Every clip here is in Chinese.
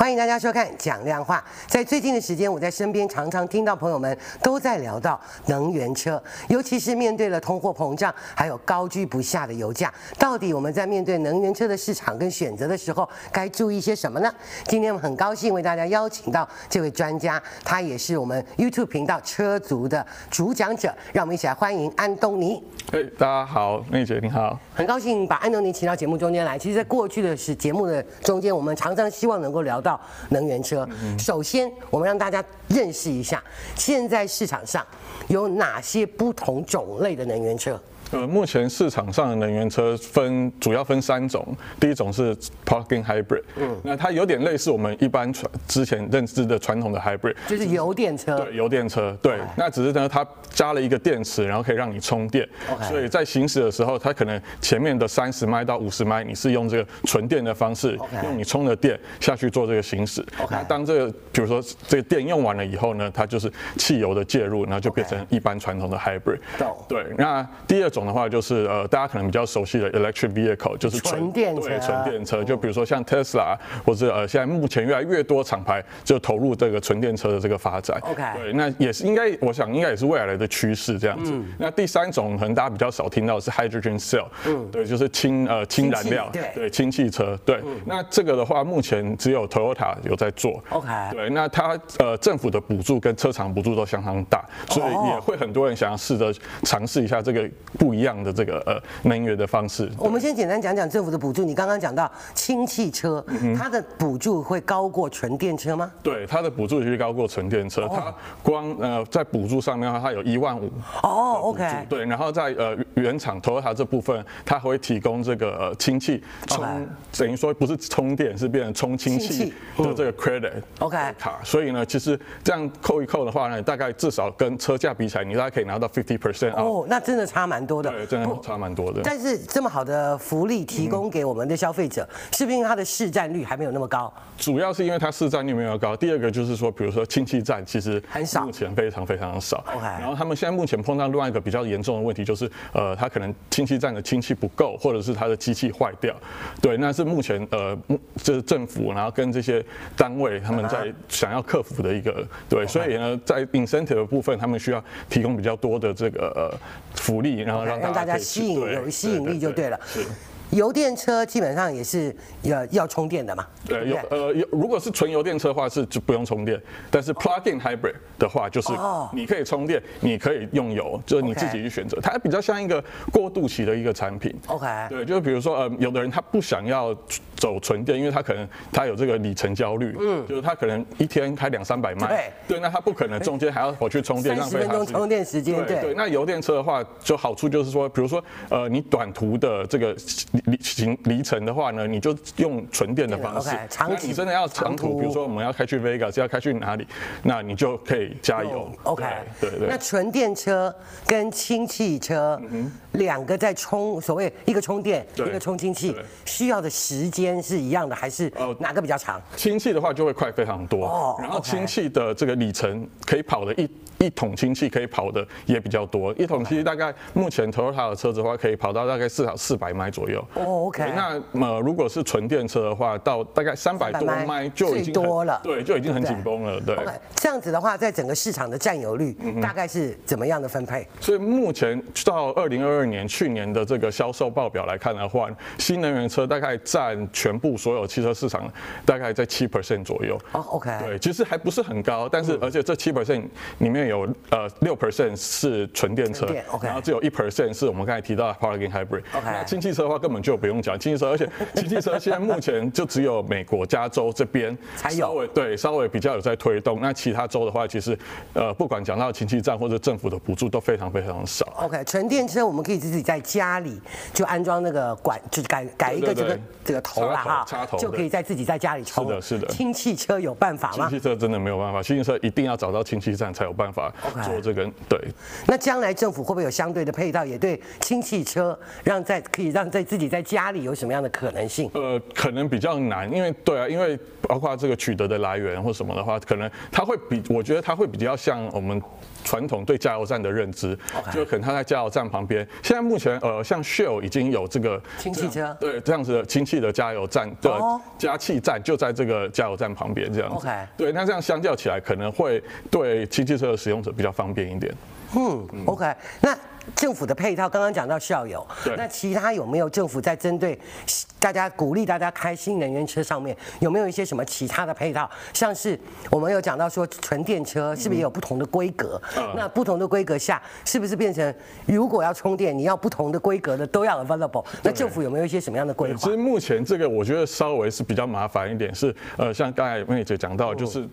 欢迎大家收看《讲亮话》。在最近的时间，我在身边常常听到朋友们都在聊到能源车，尤其是面对了通货膨胀，还有高居不下的油价，到底我们在面对能源车的市场跟选择的时候，该注意些什么呢？今天我们很高兴为大家邀请到这位专家，他也是我们 YouTube 频道车族的主讲者，让我们一起来欢迎安东尼。哎，大家好，妹姐你好。很高兴把安东尼请到节目中间来。其实，在过去的是节目的中间，我们常常希望能够聊到能源车。首先，我们让大家认识一下，现在市场上有哪些不同种类的能源车？呃，目前市场上的能源车分主要分三种，第一种是 plug-in hybrid，嗯，那它有点类似我们一般传之前认知的传统的 hybrid，就是油电车。对，油电车，对，那只是呢，它加了一个电池，然后可以让你充电 OK 所以在行驶的时候，它可能前面的三十迈到五十迈，你是用这个纯电的方式 OK 用你充的电下去做这个行驶。 OK 那当这个比如说这个电用完了以后呢，它就是汽油的介入，然后就变成一般传统的 hybrid。懂对，那第二种的话就是呃，大家可能比较熟悉的 electric vehicle，就是纯电车对，纯电车。就比如说像 Tesla，或者呃，现在目前越来越多厂牌就投入这个纯电车的这个发展。 OK 对，那也是应该，我想应该也是未来的趋势这样子。嗯那第三种可能大家比较少听到的是 hydrogen cell，嗯，对，就是氢呃氢燃氢料气，对嗯对，氢汽车，对。那这个的话，目前只有 Toyota 有在做。 OK 对，那它呃政府的补助跟车厂补助都相当大，哦所以也会很多人想要试着尝试一下这个不一样的这个呃能源的方式。我们先简单讲讲政府的补助。你刚刚讲到氢汽车，嗯它的补助会高过纯电车吗？对，它的补助率高过纯电车，它光呃在补助上面的话，它有一万五。哦，OK，对，然后在呃原厂 Toyota 这部分，它会提供这个呃氢气充 OK，等于说不是充电，是变成充氢氢气气哦的这个 credit OK 卡。所以呢，其实这样扣一扣的话呢，大概至少跟车价比起来，你大概可以拿到 fifty percent 啊。哦，那哦真的差蛮多的。对，真的差嗯蛮多的。但是这么好的福利提供给我们的消费者，是不是因为它的市占率还没有那么高？主要是因为它市占率没有高，第二个就是说，比如说氢气站其实很少目前非常非常少。 OK 然后他们现在目前碰到另外一个比较严重的问题，就是呃，它可能氢气站的氢气不够，或者是它的机器坏掉。对，那是目前呃，目这是政府然后跟这些单位他们在想要克服的一个对，所以呢，在 incentive 的部分，他们需要提供比较多的这个呃福利，然后让让大大家家可以去吸引对有吸引力就对了是。油电车基本上也是要要充电的嘛，对，不有呃有，如果是纯油电车的话是就不用充电，但是 plug-in hybrid 的话就是哦你可以充电，你可以用油，就是你自己去选择。它比较像一个过渡期的一个产品。 OK，对，就是比如说，呃，有的人他不想要走纯电，因为他可能他有这个里程焦虑，嗯，就是他可能一天开两三百迈，对，那他不可能中间还要跑去充电，三浪十费分他钟自己充电时间，对对，那油电车的话，就好处就是说，比如说，呃，你短途的这个里行里程的话呢，你就用纯电的方式 OK，。长那途你真的要长长途途，比如说我们要开去 Vegas，要开去哪里，那你就可以加油。哦 OK，对对那对。纯电车跟氢气车两个在充，所谓一个充电，一对个充氢气对，需要的时间是一样的，还是哦哪个比较长？氢气的话就会快非常多，哦然后 OK 氢气的这个里程可以跑的一一桶氢气可以跑的也比较多，一桶氢气大概目前 Toyota 的车子的话可以跑到大概至少四百迈左右。哦，OK 对那呃如果是纯电车的话，到大概三百多300迈迈就已经最很多了对，就已经很对紧绷了，对。嗯 OK，这样子的话，在整个市场的占有率大概是怎么样的分配？所以目前到二零二二年去年的这个销售报表来看的话，新能源车大概占全部所有汽车市场大概在七 percent 左右。哦，OK，对，其实还不是很高，但嗯是而且这七 percent 里面有呃六 percent 是纯电车纯电，OK 然后只有一 percent 是我们刚才提到的 plug-in hybrid。 OK 那氢气车的话根本就不用讲，氢气车，而且氢气车现在目前就只有美国加州这边 才有稍微对稍微比较有在推动，那其他州的话其实呃不管讲到氢气站或者政府的补助都非常非常少。 OK，纯电车我们可以自己在家里就安装那个管，就是改改一个对这对个对这个头啦插头哈，插头就可以在自己在家里充。是的是的氢气车有办法氢吗？气车真的没有办法，氢气车一定要找到氢气站才有办法 OK 做这个。对，那将来政府会不会有相对的配套，也对氢气车让在可以让在自己在家里有什么样的可能性？呃，可能比较难，因为对啊，因为包括这个取得的来源或什么的话，可能它会比，我觉得它会比较像我们传统对加油站的认知，就可能它在加油站旁边。现在目前呃，像 Shell 已经有这个氢气车对这样子的氢气的加油站的哦加气站就在这个加油站旁边这样子 OK。对，那这样相较起来，可能会对氢气车的使用者比较方便一点。嗯，OK，那政府的配套刚刚讲到校友对，那其他有没有政府在针对大家鼓励大家开新能源车上面有没有一些什么其他的配套？像是我们有讲到说纯电车是不是也有不同的规格？嗯那不同的规格下是不是变成如果要充电，你要不同的规格的都要 available？那政府有没有一些什么样的规其划实？目前这个我觉得稍微是比较麻烦一点，是呃，像刚才妹姐讲到，就是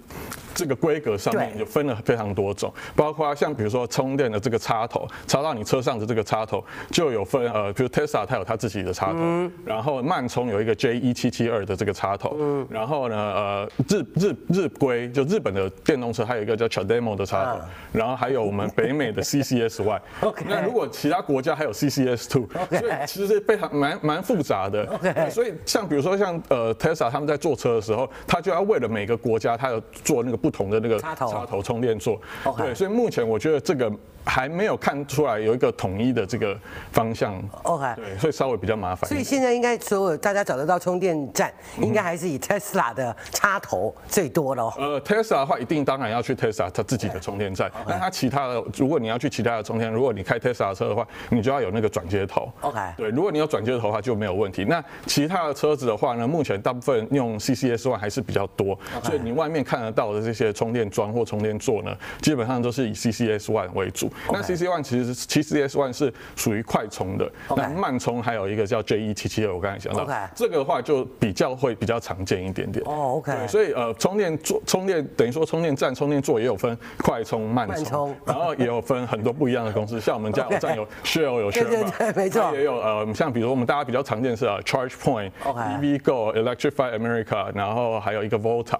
这个规格上面嗯对有分了非常多种，包括像比如说充电的这个插头，插到你车上的这个插头就有分呃，比如 Tesla 它有它自己的插头，嗯然后慢充有一个 J 一七七二的这个插头，嗯然后呢呃日日日规就日本的电动车还有一个叫 Chademo 的插头啊，然后还有我们北美的 CCSY OK。那如果其他国家还有 CCS Two， OK 所以其实非常蛮蛮复杂的。 OK 所以像比如说像呃 Tesla 他们在做车的时候，他就要为了每个国家，他有做那个不同的那个插头插头充电座。 OK 对，所以目前我觉得这个还没有看出来有一个统一的这个方向。 OK 对，所以稍微比较麻烦一所以点。现在应该所有大家找得到充电站，应嗯该还是以 Tesla 的插头最多喽。呃，Tesla 的话，一定当然要去 Tesla 它自己的充电站。哦那它其他的，如果你要去其他的充电，如果你开 Tesla 车的话，你就要有那个转接头。 OK 对，如果你有转接头的话就没有问题。那其他的车子的话呢，目前大部分用 CCS One 还是比较多，所以你外面看得到的这些充电桩或充电座呢，基本上都是以 CCS One 为主。那 CCS One 其实是 CCS One 是属于快充的， OK 那慢充还有一个叫 J E 一七七二，我刚才讲到 OK 这个的话就比较会比较常见一点点。哦，OK 对所以呃，充电座、充电等于说充电站、充电座也有分快充、慢慢充充，然后也有分很多不一样的公司，像我们加油站有 Shell 有 s 对 h e 对 l 对没错也有呃，像比如我们大家比较常见是呃 Charge Point、 OK EV Go、Electrify America，然后还有一个 Volta。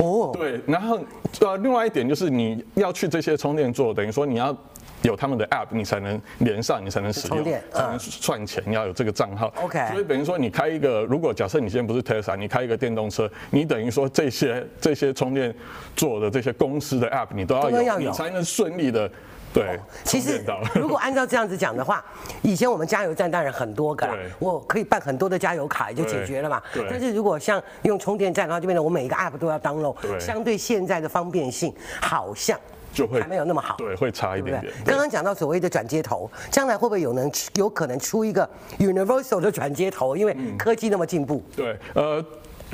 哦，对，然后呃，另外一点就是你要去这些充电座，等于说你要。有他们的 app，你才能连上，你才能使充用，电嗯才能算钱，要有这个账号。 OK 所以等于说，你开一个，如果假设你现在不是 Tesla，你开一个电动车，你等于说这些这些充电座的这些公司的 app，你都要都有，要有哦你才能顺利的对其充实电到。 如果按照这样子讲的话，以前我们加油站当然很多个啦对，我可以办很多的加油卡也就解决了嘛对。对但是如果像用充电站，然后就变成我每一个 app 都要 download，对相对现在的方便性好像就会还没有那么好。 对，会差一对点不对点？。刚刚讲到所谓的转接头，将来会不会有能有可能出一个 universal 的转接头？因为嗯科技那么进步，对，呃，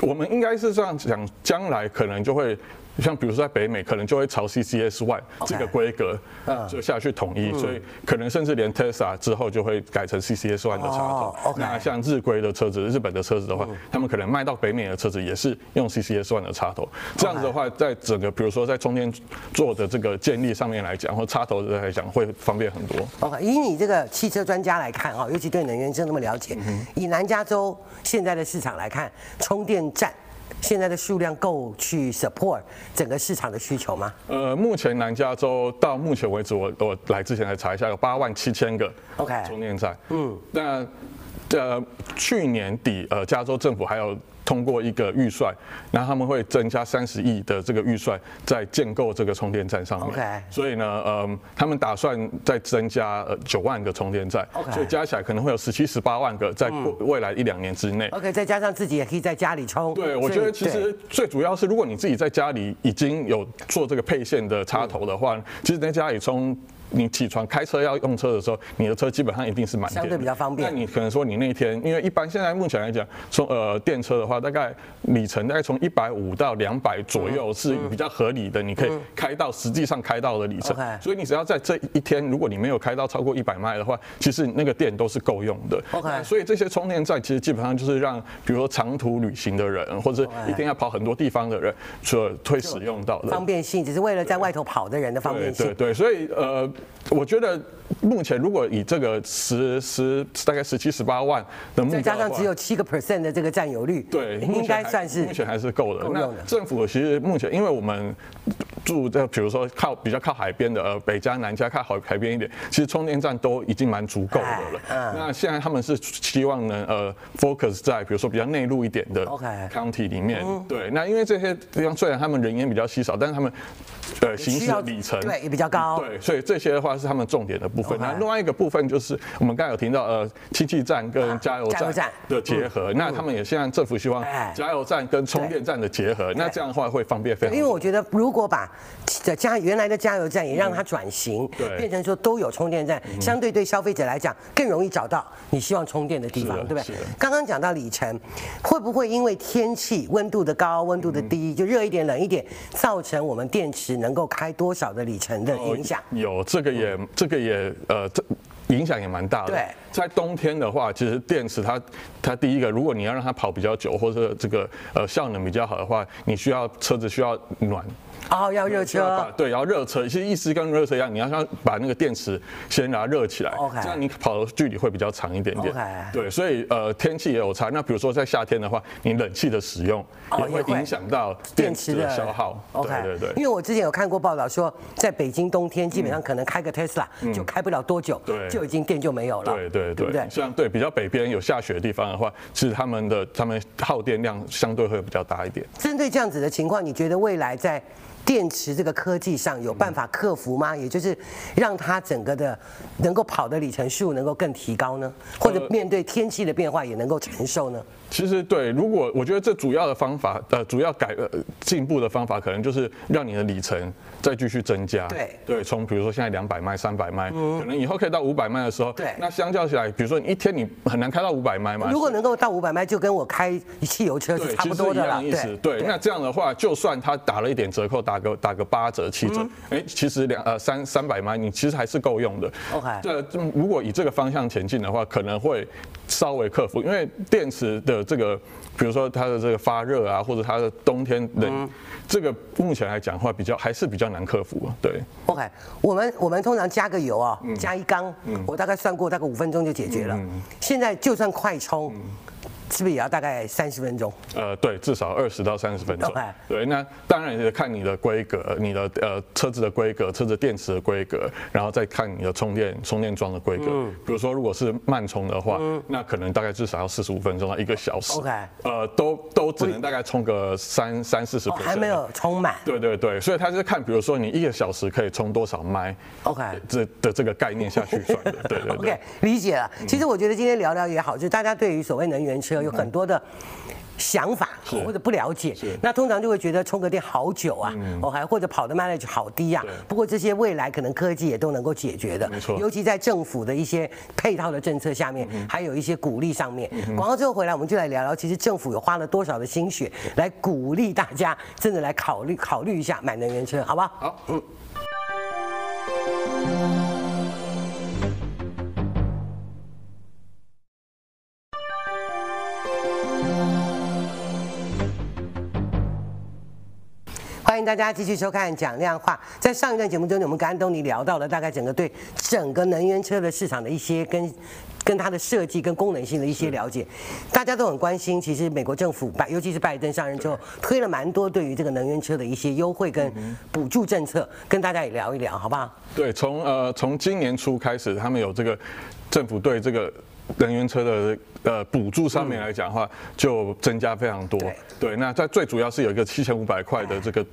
我们应该是这样讲，将来可能就会。像比如说在北美，可能就会朝 CCS One 这个规格嗯就下去统一，所以可能甚至连 Tesla 之后就会改成 CCS One 的插哦头。 ，OK 嗯那像日规的车子、日本的车子的话，他们可能卖到北美的车子也是用 CCS One 的插头。这样子的话，在整个比如说在充电座的这个建立上面来讲，或插头的来讲，会方便很多。 OK，以你这个汽车专家来看啊哈，尤其对能源车那么了解，嗯以南加州现在的市场来看，充电站现在的数量够去 support 整个市场的需求吗？呃，目前南加州到目前为止，我我来之前来查一下，有八万七千个 OK 充电站。嗯，那呃去年底，呃，加州政府还有通过一个预算，然后他们会增加三十亿的这个预算在建构这个充电站上面。 OK 所以呢，呃，他们打算再增加呃九万个充电站 OK 嗯所以加起来可能会有十七、十八万个在过未来一两年之内。 OK，再加上自己也可以在家里充。对，我所以觉得其实最主要是，如果你自己在家里已经有做这个配线的插头的嗯话，其实在家里充。你起床开车要用车的时候，你的车基本上一定是满电的，相对比较方便那你可能说你那一天，因为一般现在目前来讲，从呃电车的话，大概里程大概从一百五到两百左右嗯是比较合理的，你可以开到实际上开到的里程 OK。所以你只要在这一天，如果你没有开到超过一百迈的话，其实那个电都是够用的。 OK 那所以这些充电站其实基本上就是让，比如说长途旅行的人，或者是一天要跑很多地方的人，所会使用到的。方便性只是为了在外头跑的人的方对便对性。对，所以呃，我觉得目前如果以这个十十大概十七十八万的目标再的加上话只有七个 percent 的这个占有率，对，应目前该还算是目前还是够的。够用的那政府其实目前，因为我们住在比如说靠比较靠海边的，呃，北加南加靠海海边一点，其实充电站都已经蛮足够的了。哎嗯那现在他们是希望能呃 focus 在比如说比较内陆一点的 OK 嗯 county 里面。对，那因为这些地方虽然他们人烟比较稀少，但是他们呃行需驶要里程对也比较高对，所以这些的话是他们重点的部分。 OK 那另外一个部分就是我们刚才有提到呃氢气站跟加油啊加油站嗯站的结合，那他们也现在政府希望哎加油站跟充电站的结合，那这样的话会方便非常因多为。我觉得，如果把这加原来的加油站也让它转型，嗯对嗯变成说都有充电站，相对对消费者来讲更容易找到你希望充电的地方，是的对不是对的？刚刚讲到里程，会不会因为天气温度的高、温度嗯的低，就热一点、冷一点，造成我们电池能够开多少的里程的影响？嗯哦有这个也这个也呃这。影响也蛮大的。对在冬天的话，其实电池它它第一个，如果你要让它跑比较久，或者这个呃效能比较好的话，你需要车子需要暖，哦，要热需要把车，对，然后热车，其实意思跟热车一样，你要先把那个电池先把它热起来 OK 这样你跑的距离会比较长一点点。 OK 对，所以呃天气也有差。那比如说在夏天的话，你冷气的使用哦也也会会影响到电电池池的的消耗。 OK，对对因对。为我之前有看过报道说，在北京冬天基本上可能开个 Tesla 就开不了多久，嗯对就已经电就没有了，对对对不对对，？像对比较北边有下雪的地方的话，其实他们的他们耗电量相对会比较大一点。针对这样子的情况，你觉得未来在电池这个科技上有办法克服嗯吗？也就是让它整个的能够跑的里程数能够更提高呢，呃或者面对天气的变化也能够承受呢？其实对，如果我觉得这主要的方法，呃，主要改呃进步的方法，可能就是让你的里程再继续增加。对嗯对，从比如说现在两百迈、三百迈，可能以后可以到五百迈的时候，对那相较起来，比如说你一天你很难开到五百迈嘛，如果能够到五百迈，就跟我开汽油车是对，差其不实多一的了。样意思。对，那这样的话，就算它打了一点折扣，打个打个八折、七折，嗯哎、其实两呃三三百迈，你其实还是够用的。 OK 这嗯如果以这个方向前进的话，可能会稍微克服，因为电池的这个，比如说它的这个发热啊，或者它的冬天冷，嗯这个目前来讲的话，比较还是比较难克服。啊对， OK，我们我们通常加个油啊、嗯加一缸，我大概算过，大概五分钟就解决了。现在就算快充，嗯是不是也要大概三十分钟？呃，对，至少二十到三十分钟 OK。对，那当然也看你的规格，你的呃车子的规格、车子电池的规格，然后再看你的充电充电桩的规格。嗯比如说，如果是慢充的话，那可能大概至少要四十五分钟到一个小时。 OK 呃，都都只能大概充个三三四十哦，还没有充满。对对对，所以它是看，比如说你一个小时可以充多少麦哦 OK 这的这个概念下去算的，对对对 OK，。理解了。其实我觉得今天聊聊也好，就是大家对于所谓能源车有很多的。想法是或者不了解是，嗯那通常就会觉得充个电好久啊，哦还或者跑的 mileage 好低啊对。不过这些未来可能科技也都能够解决的，没错嗯尤其在政府的一些配套的政策下面，还有一些鼓励上面。广告之后回来，我们就来聊聊，其实政府有花了多少的心血来鼓励大家，真的来考虑考虑一下买能源车，好不好？好，嗯欢迎大家继续收看《讲量化》。在上一段节目中，我们跟安东尼聊到了大概整个对整个能源车的市场的一些跟跟它的设计跟功能性的一些了解。大家都很关心，其实美国政府拜，尤其是拜登上任之后，推了蛮多对于这个能源车的一些优惠跟补助政策，跟大家也聊一聊，好不好？对，从呃从今年初开始，他们有这个政府对这个能源车的呃补助上面来讲的话，就增加非常多。嗯对哎对，那在最主要是有一个七千五百块的这个。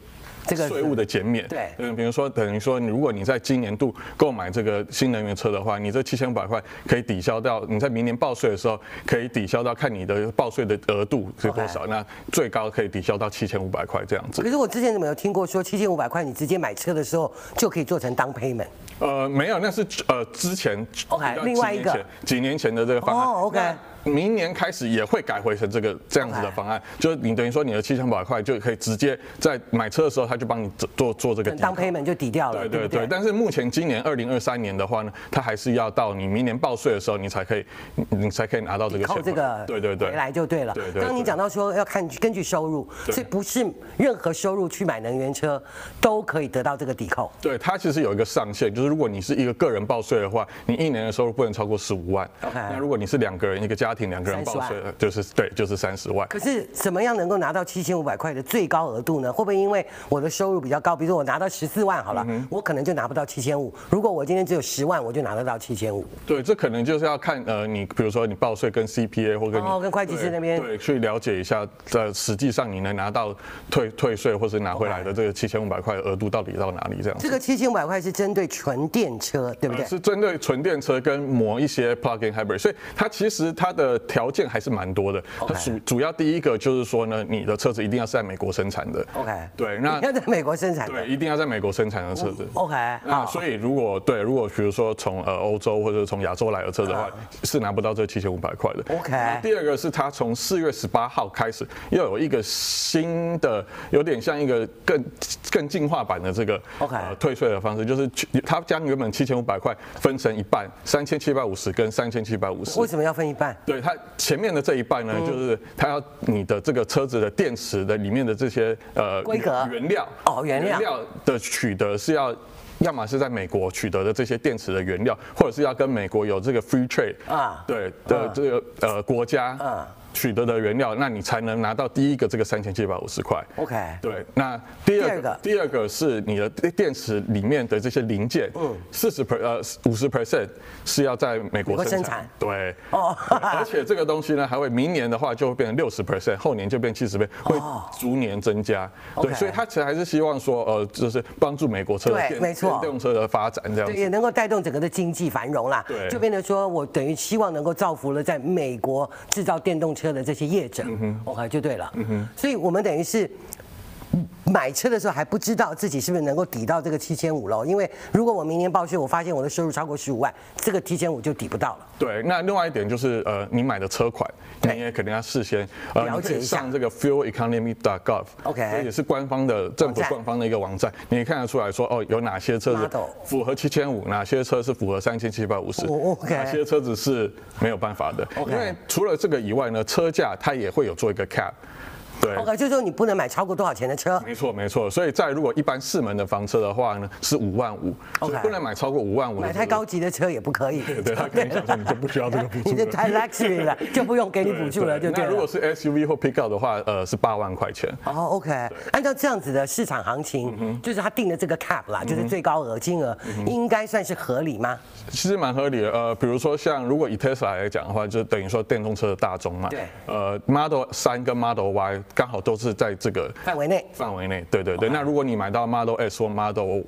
这个是税务的减免，对嗯，比如说等于说，如果你在今年度购买这个新能源车的话，你这七千五百块可以抵消到，你在明年报税的时候可以抵消到，看你的报税的额度是多少，那最高可以抵消到七千五百块这样子。可是我之前怎么有听过说，七千五百块你直接买车的时候就可以做成当 payment？呃，没有，那是呃之前 OK，比较另外一几年个前几年前的这个方案。哦，OK 那明年开始也会改回成这个这样子的 OK 方案就是你等于说你的七千百块就可以直接在买车的时候，他就帮你做做这个抵扣当 payment 就抵掉了，对不对对，但是目前今年二零二三年的话呢，它还是要到你明年报税的时候，你才可以，你你才可以拿到这个钱靠款。这个对对对，回来就对了。对对对刚刚你讲到说要看根据收入，对所以不是任何收入去买能源车都可以得到这个抵扣。对它其实有一个上限，就是如果你是一个个人报税的话，你一年的收入不能超过十五万。 OK 那如果你是两个人一个家家庭两个人报30税万就是对，就是三十万。可是怎么样能够拿到七千五百块的最高额度呢？会不会因为我的收入比较高，比如说我拿到十四万好了，嗯我可能就拿不到七千五。如果我今天只有十万，我就拿得到七千五。对，这可能就是要看呃，你比如说你报税跟 CPA 或跟你哦跟会计师对那边对去了解一下，呃，实际上你能拿到退退税或是拿回来的这个七千五百块额度到底到哪里这样子这。个七千五百块是针对纯电车，对不对呃？是针对纯电车跟某一些 plug-in hybrid，所以它其实它的条件还是蛮多的。它 OK 主主要第一个就是说呢，你的车子一定要是在美国生产的。 OK 对，那 你要在美国生产的对，一定要在美国生产的车子。 ，OK，那好，所以如果对，如果比如说从呃欧洲或者从亚洲来的车的话，是拿不到这七千五百块的。啊 OK 那第二个是它从四月十八号开始要有一个新的，有点像一个更更进化版的这个呃 OK 退税的方式，就是去它将原本七千五百块分成一半，三千七百五十跟三千七百五十为。什么要分一半？对它前面的这一半呢，嗯就是它要你的这个车子的电池的里面的这些呃规格原原料哦原料的取得是要。要么是在美国取得的这些电池的原料，或者是要跟美国有这个 free trade 啊啊，对的这个呃国家嗯取得的原料，那你才能拿到第一个这个三千七百五十块。 OK 对，那第第二二个个第二个是你的电池里面的这些零件，嗯，四十 per 呃五十 percent 是要在美美国国生生产产，对，哦， 而且这个东西呢，还会明年的话就会变成六十 percent，后年就变七十 percent，会逐年增加。哦对，OK 所以他其实还是希望说，呃，就是帮助美国车的对电没错电动车的发展这样对，子。也能够带动整个的经济繁荣啦。对就变成说我等于希望能够造福了在美国制造电动车的这些业者。OK，就嗯对了。所以我们等于是。买车的时候还不知道自己是不是能够抵到这个七千五喽，因为如果我明年报税，我发现我的收入超过十五万，这个七千五就抵不到了。对，那另外一点就是，呃，你买的车款，对你也肯定要事先，呃了你可解一以下上这个 fueleconomy.gov， OK 这也是官方的政府网站官方的一个网站，你也看得出来说，哦，有哪些车子 Model 符合七千五，哪些车是符合三千七百五十哦，OK，哪些车子是没有办法的。 OK 因为除了这个以外呢，车价它也会有做一个 cap，对。 OK，就是哦说你不能买超过多少钱的车。没错，没错。所以在如果一般四门的房车的话呢，是五万五，所 OK 以不能买超过五万五的。买太高级的车也不可以， 对，对他肯定想说嗯你就不需要这个补助了。你这太 luxury 了，就不用给你补助了，就对那如了果。是 SUV 或 pickup 的话，呃，是八万块钱。哦，OK，按照这样子的市场行嗯情，就是他定的这个 cap 啦，就是最高额金额，应该算是合理吗？其实蛮合理的。呃，比如说像如果以 Tesla 来讲的话，就等于说电动车的大宗嘛。对呃，Model 三跟 Model Y 刚好都是在这个范围内范围内。对对对。那如果你买到 Model S 或 Model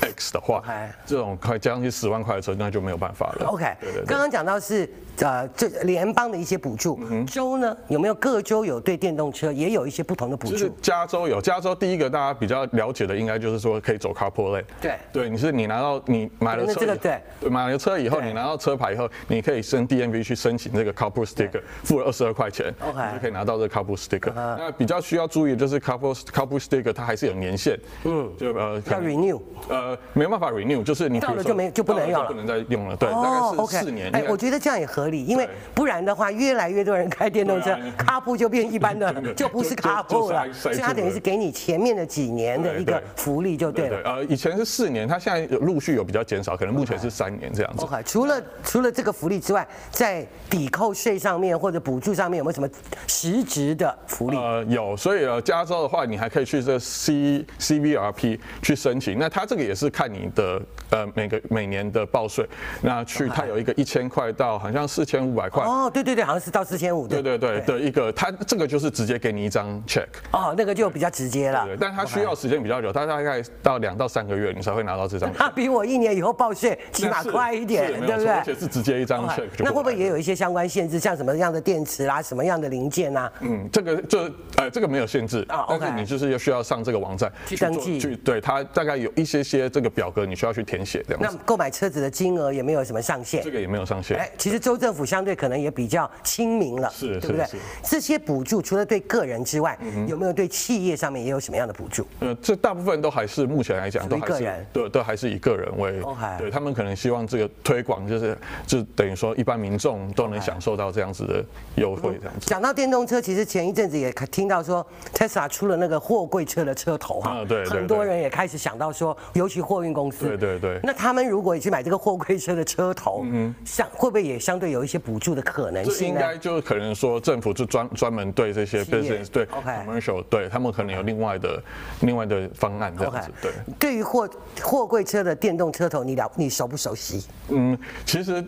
X 的话 OK，这种快将近十万块的车，那就没有办法了。 ，OK 对对。对刚刚讲到是呃，这联邦的一些补助，州呢有没有各州有对电动车也有一些不同的补就是助？加州有，加州第一个大家比较了解的，应该就是说可以走 carpool lane。对对，你是你拿到你买了那车这以后，个对买了车以后，对你拿到车牌以后，你可以升 DMV 去申请这个 carpool sticker，付了二十二块钱 OK 嗯你就可以拿到这个 carpool sticker。那比较需要注意的就是 carpool carpool sticker 它还是有年限，嗯，就呃可要能 renew，呃没有办法 renew，就是你到了比如说就没就不能到用了不能再用了，对，大概是四年。哎应，该我觉得这样也合理，因为对不然的话，越来越多人开电动车对啊，卡布就变一般的，的就不是就就卡布就了塞，塞所以它住等于了是给你前面的几年的对一个对福利就对了对。呃，以前是四年，它现在有陆续有比较减少，可能目前是三年这样子。 OK，除了除了这个福利之外，在抵扣税上面或者补助上面有没有什么实质的福利？呃，有，所以呃，加州的话，你还可以去这 C C V R P 去申请。那它这个也是看你的呃每个每年的报税，那去它有一个一千块到好像四千五百块。哦，对对对，好像是到四千五对的。对对的一个，它这个就是直接给你一张 check，哦，那个就比较直接了对，。但它需要时间比较久，它大概到两到三个月你才会拿到这张 check，它比我一年以后报税 起码快一是点，没有对不错而且对？是直接一张 check 就过来了。那会不会也有一些相关限制，像什么样的电池啦、什么样的零件啊啦？嗯，这个就呃，这个没有限制，啊但 OK 是你就是要需要上这个网站去做登记去对它大概有一些些这个表格你需要去填写这样那子，购买车子的金额也没有什么上限这。个也没有上限。哎，其实州政府相对可能也比较亲民了，是对不对是是？嗯这些补助除了对个人之外，有没有对企业上面也有什么样的补助？呃，这大部分都还是目前来讲属都于还个是人对都还是以个人为 OK 对他们可能希望这个推广就是就等于说一般民众都能享受到这样子的优惠嗯这样子。讲到电动车，其实前一阵子也听到说，Tesla 出了那个货柜车的车头哈，啊对对很多人也开始想到说，尤其去货运公司，对对对那他们如果也去买这个货柜车的车头，嗯，相会不会也相对有一些补助的可能这性应呢？该就可能说政府就专专门对这些企业 business 对 OK commercial 对他们可能有另外的另外的方案这样 OK，子对。对于货货柜车的电动车头，你了你熟不熟悉？嗯，其实。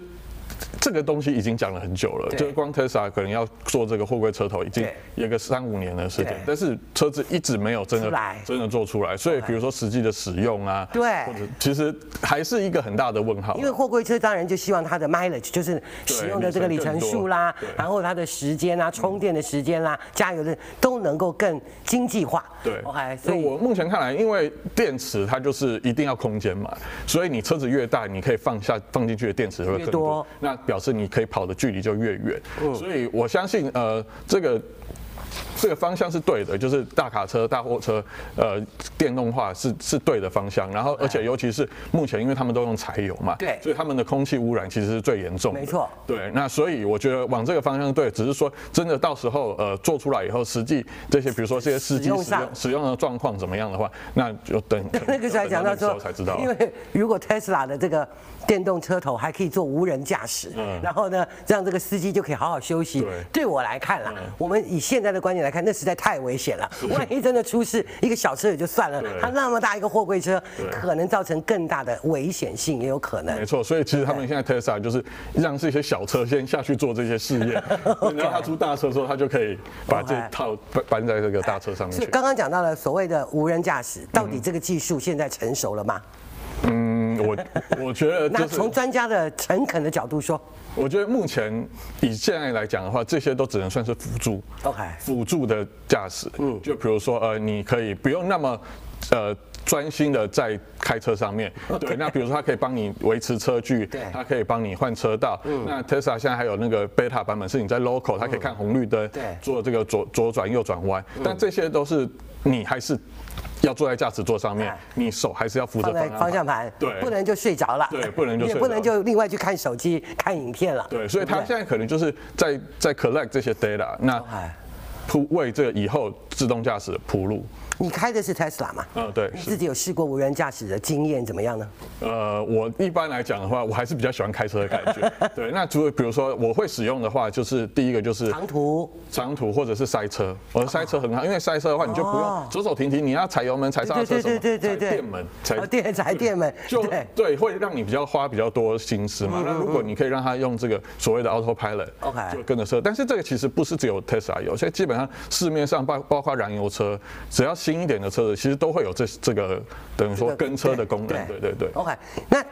这个东西已经讲了很久了，对就是光 Tesla 可能要做这个货柜车头，已经对有个三五年的时间对，但是车子一直没有真出的来真的做出来，所以比如说实际的使用啊，对或者其实还是一个很大的问号因。为货柜车当然就希望它的 mileage，就是使用的这个里程数啦里程更多，对然后它的时间啦、充电的时间啦、加油的都能够更经济化。对，OK，所所以以我目前看来，因为电池它就是一定要空间嘛，所以你车子越大，你可以放下放进去的电池会越多更嗯多，那表示你可以跑的距离就越远。所以我相信，呃，这个。这个方向是对的，就是大卡车、大货车，呃，电动化是是对的方向。然后，而且尤其是目前，因为他们都用柴油嘛，哎对所以他们的空气污染其实是最严重的。没错对，那所以我觉得往这个方向对，只是说真的到时候呃做出来以后，实际这些比如说这些司机使用使上用使用的状况怎么样的话，那就等 那个时候还讲到等那个时说候才知道，啊因为如果 Tesla 的这个电动车头还可以做无人驾驶，然后呢，让这个司机就可以好好休息。嗯对嗯对我来看啦，我们以现在的观点来看，那实在太危险了。万一真的出事，一个小车也就算了，对它那么大一个货柜车，对可能造成更大的危险性，也有可能没。错，所以其实他们现在 Tesla 就是让这些小车先下去做这些试 验，等到它出大车的时候，它就可以把这 OK 套搬搬在这个大车上面是去。刚刚讲到了所谓的无人驾驶，到底这个技术现在成熟了吗？嗯，我我觉 得那就是从专家的诚恳的角度说我觉得目前以现在来讲的话，这些都只能算是辅助。 ，OK，辅助的驾驶，嗯，就比如说呃，你可以不用那么呃专心的在开车上面，对，那比如说它可以帮你维持车距，对嗯它可以帮你换车道。那 Tesla 现在还有那个 Beta 版本，是你在 local 它可以看红绿灯，对嗯做这个左左转右转弯，但这些都是你还是要坐在驾驶座上面哎，你手还是要扶放着在方方向向盘盘，，对，不能就睡着了，对不能就也睡不着能就另外去看手机、看影片了，对，所以对它不对现在可能就是在在 collect 这些 data，那哎，铺为这个以后自动驾驶铺路。你开的是 Tesla 嘛？嗯，对，你是自己有试过无人驾驶的经验怎么样呢？呃，我一般来讲的话，我还是比较喜欢开车的感 觉。对，那除了比如说我会使用的话，就是第一个就是长途长途或者是塞车，我塞车很好，因为塞车的话你就不哦用走走停停，你要踩油门、踩刹车什么，对对对对对对踩电门、哦踩电踩电门就对嗯对，会让你比较花比较多心思嘛。那如果你可以让它用这个所谓的 autopilot， OK 就跟着车，但是这个其实不是只有 Tesla 有，现在基本上市面上嗯包包括燃油车，只要新一点的车子，其实都会有这这个等于这说个跟车的功能。对对对。 OK，那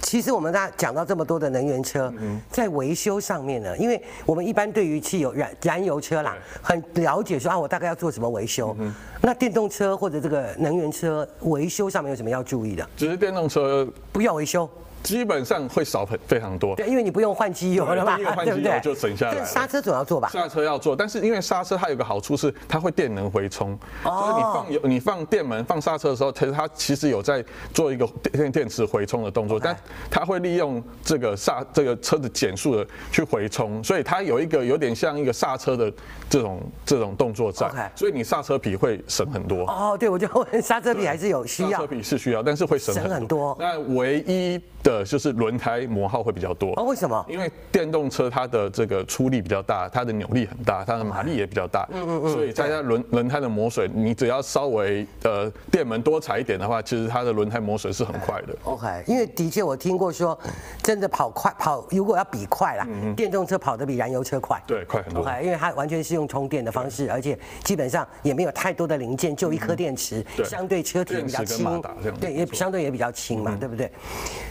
其实我们大家讲到这么多的能源车，嗯在维修上面呢，因为我们一般对于汽油燃燃油车啦，很了解说啊，我大概要做什么维修。嗯那电动车或者这个能源车维修上面有什么要注意的？只是电动车不要维修，基本上会少很非常多。对，因为你不用换机油了嘛，对因为换机油就省下来了但刹车总要做吧？刹车要做，但是因为刹车它有个好处是它会电能回充，哦所以你放油、你放电门、放刹车的时候，其实它其实有在做一个电电池回充的动作，但它会利用这个刹这个车子减速的去回充，所以它有一个有点像一个刹车的这种这种动作在 OK 所以你刹车皮会省很多。哦，对，我就问刹车皮还是有需刹要车。皮是需要，但是会省省很多那唯一的就是轮胎磨耗会比较多。哦，为什么？因为电动车它的这个出力比较大，它的扭力很大，它的马力也比较大，所以再加轮轮胎的磨损，你只要稍微呃电门多踩一点的话，其实它的轮胎磨损是很快的。 OK，因为的确我听过说，真的跑快跑，如果要比快啦，电动车跑得比燃油车快。嗯对，快很多。 OK，因为它完全是用充电的方式，而且基本上也没有太多的零件，就一颗电池，嗯对相对车体比较电池跟马轻达这样，子对，也没错相对也比较轻嘛，对不对？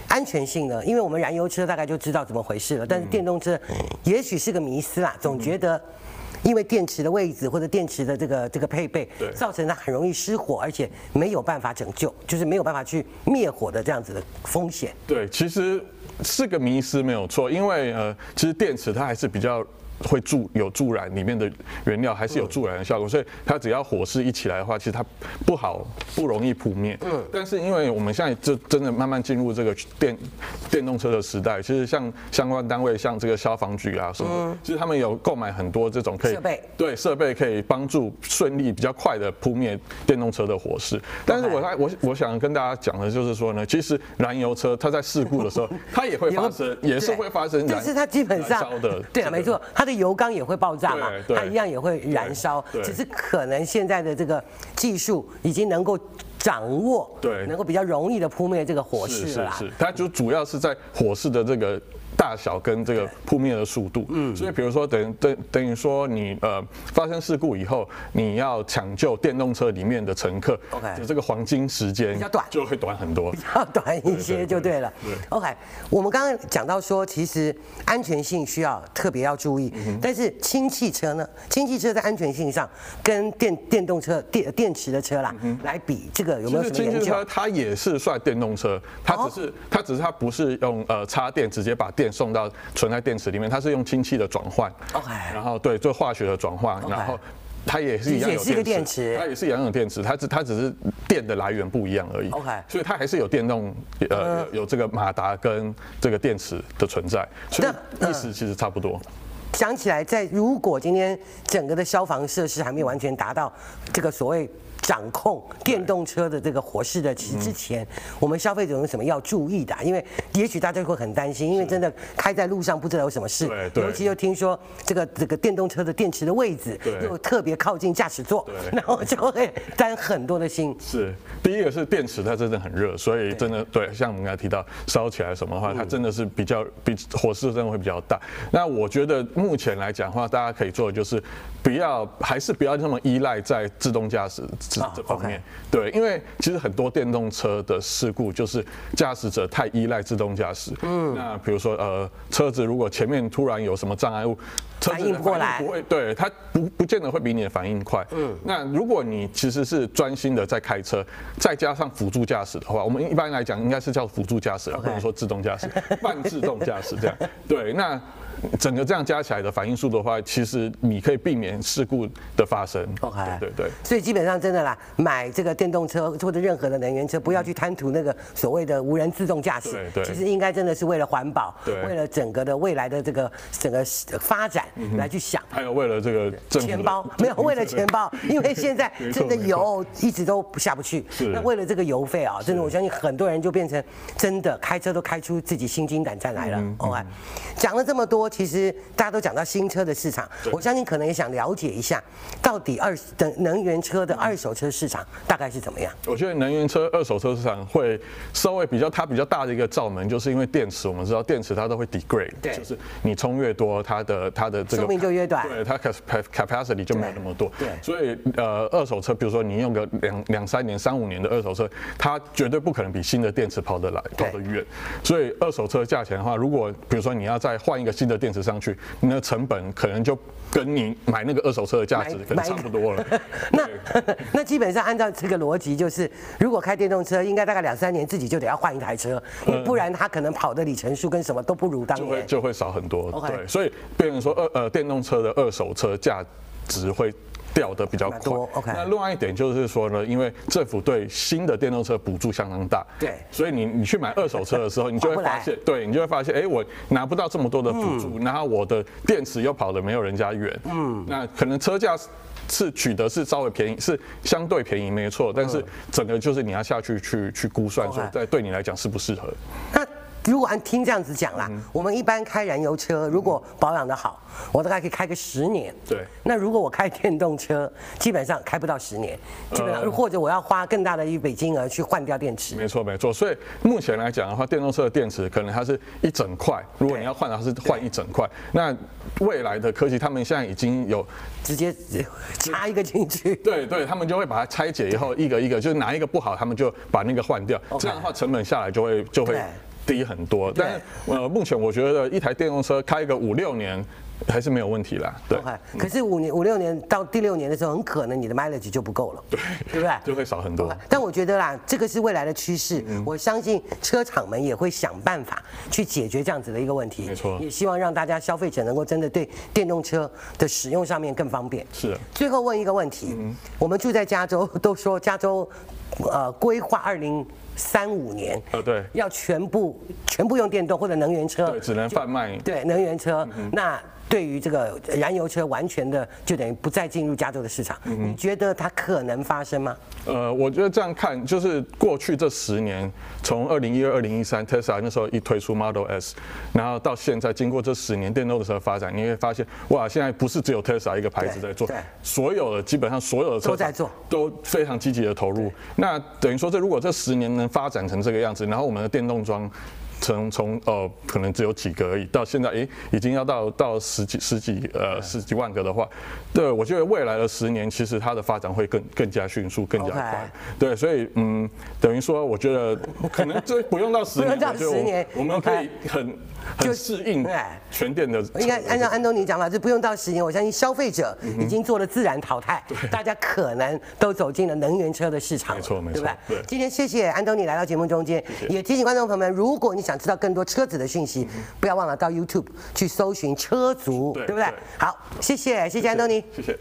安全性呢，因为我们燃油车大概就知道怎么回事了，但是电动车也许是个迷思啦，总觉得。因为电池的位置或者电池的这个这个配备对，造成它很容易失火，而且没有办法拯救，就是没有办法去灭火的这样子的风险。对，其实是个迷失没有错，因为呃，其实电池它还是比较会助有助燃里面的原料还是有助燃的效果，所以它只要火势一起来的话，其实它不好不容易扑灭。嗯，但是因为我们现在就真的慢慢进入这个电电动车的时代，其实像相关单位像这个消防局啊什么的，其实他们有购买很多这种可以嗯设备对设备可以帮助顺利比较快的扑灭电动车的火势。但是我在我我想跟大家讲的就是说呢，其实燃油车它在事故的时候，它也会发生，也是会发生燃，但是它基本上燃烧的，对啊，没错，它的油缸也会爆炸嘛对，对它一样也会燃烧，对对只是可能现在的这个技术已经能够掌握，对能够比较容易的扑灭这个火是势了啊是啦。是，它就主要是在火势的这个大小跟这个扑灭的速度。嗯，所以比如说等等等于说你呃发生事故以后，你要抢救电动车里面的乘客 OK 的这个黄金时间比较短就会短很多。要短一些就对了。OK，我们刚刚讲到说，其实安全性需要特别要注意，嗯但是氢汽车呢，氢汽车在安全性上跟电电动车、电电池的车啦、来比，这个有没嗯其有什么实氢研气究车？它也是算电动车，它只哦是、它只是它不是用呃插电直接把电送到存在电池里面，它是用氢气的转换。 OK 然后对做化学的转换 OK 然后。它也是一样也有是一个电池它也是一样有电池，它只它只是电的来源不一样而已。 OK 嗯所以它还是有电动，呃，有有这个马达跟这个电池的存在，所那以意思其实差不多。想起来，在如果今天整个的消防设施还没有完全达到这个所谓掌控电动车的这个火势的之之前，我们消费者有什么要注意的啊、因为也许大家会很担心，因为真的开在路上不知道有什么事对，对尤其又听说这个这个电动车的电池的位置对又特别靠近驾驶座，对 然后就会担很多的心。是，第一个是电池，它真的很热，所以真的对，像我们刚才提到烧起来什么嗯的话，它真的是比较比火势真的会比较大。那我觉得目前来讲的话，大家可以做的就是不要，还是不要那么依赖在自动驾驶这啊这方 OK 面。对，因为其实很多电动车的事故就是驾驶者太依赖自动驾驶。嗯，那比如说呃，车子如果前面突然有什么障碍物，车反子应的不过来不会，对，它不不见得会比你的反应快。嗯，那如果你其实是专心的在开车，再加上辅助驾驶的话，我们一般来讲应该是叫辅助驾驶啊， OK 不能说自动驾驶，半自动驾驶这样。对，那整个这样加起来的反应速度的话，其实你可以避免事故的发生。 OK 对对对。所以基本上真的啦，买这个电动车或者任何的能源车，不要去贪图那个所谓的无人自动驾驶。对对其实应该真的是为了环保，对为了整个的未来的这个整个发展嗯来去想。还有为了这个政府的钱包没有为了钱包，因为现 在没错真的没错油一直都下不去。是那为了这个油费啊，真的我相信很多人就变成真的开车都开出自己心惊胆战来了。OK，讲嗯了这么多，其实大家都讲到新车的市场，我相信可能也想了解一下，到底二等能源车的二手车市场大概是怎么样？我觉得能源车二手车市场会稍微比较它比较大的一个罩门，就是因为电池，我们知道电池它都会 degrade，对就是你充越多，它的它的这个寿命就越短对，它 cap- capacity 就没有那么多，对所以呃，二手车比如说你用个两两三年、三五年的二手车，它绝对不可能比新的电池跑得来、对跑得远，所以二手车价钱的话，如果比如说你要再换一个新的电池上去，你的成本可能就跟你买那个二手车的价值买可能差不多了， 那那基本上按照这个逻辑，就是如果开电动车，应该大概两三年自己就得要换一台车，因为不然它可能跑的里程数跟什么都不如当嗯就会年。就会少很多。 OK 对，所以变成说二呃电动车的二手车价值会。掉的比较蛮多快。 ，OK 那另外一点就是说呢，因为政府对新的电动车补助相当大，对所以你你去买二手车的时候，你就划不会来嗯发现，对你就会发现，哎，我拿不到这么多的补助，然后我的电池又跑得没有人家远，嗯，那可能车价是是取得是稍微便宜，是相对便宜没错，但是整个就是你要下去去去估算说嗯 OK，在对你来讲适不适合。那如果按听这样子讲啦，嗯我们一般开燃油车，如果保养的好，我大概可以开个十年。对那如果我开电动车，基本上开不到十年，基本上呃或者我要花更大的一笔金额去换掉电池。没错，没错。所以目前来讲的话，电动车的电池可能它是一整块，如果对你要换的话是换一整块。那未来的科技，他们现在已经有直接呃插一个进去。对对，他们就会把它拆解以后，一个一个，就是哪一个不好，他们就把那个换掉。这样的话，成本下来就会就会对低很多。但是呃，目前我觉得一台电动车开个五六年。还是没有问题啦。对 OK，可哦哎是五年、五六年到第六年的时候，很可能你的 mileage 就不够了，对，对不对？ 就嗯会少很多 OK，但我觉得啦，这个是未来的趋势，我相信车厂们也会想办法去解决这样子的一个问题。没错也希望让大家消费者能够真的对电动车的使用上面更方便。是嗯的最后问一个问题， 我们住在加州，都说加州，呃，规划二零三五年呃，对要全部全部用电动或者能源车，对，只能贩卖对能源车，嗯那对于这个呃燃油车完全的就等于不再进入加州的市场，嗯你觉得它可能发生吗？呃，我觉得这样看，就是过去这十年，从二零一二、二零一三，Tesla 那时候一推出 Model S，然后到现在，经过这十年电动车的发展，你会发现，哇，现在不是只有 Tesla 一个牌子对在做对，所有的基本上所有的车都在厂做都非常积极的投入。那等于说，这如果这十年能发展成这个样子，然后我们的电动装。从从呃，可能只有几个而已，到现在诶、已经要到到十几十几呃十几万个的话，对我觉得未来的十年，其实它的发展会更更加迅速，更加 OK 快。对，所以嗯，等于说，我 觉得可能这不用到十年，不用到我觉得我10年我们可以很就很适应对全店的。应该按照安东尼讲法，就不用到十年，我相信消费者嗯已经做了自然淘汰，大家可能都走进了能源车的市场了，没错没对错不对对今天谢谢安东尼来到节目中间，也提醒观众朋友们，如果你想知道更多车子的讯息，不要忘了到 YouTube 去搜寻车族，嗯对对不对对？好，谢谢谢谢安东尼。谢谢。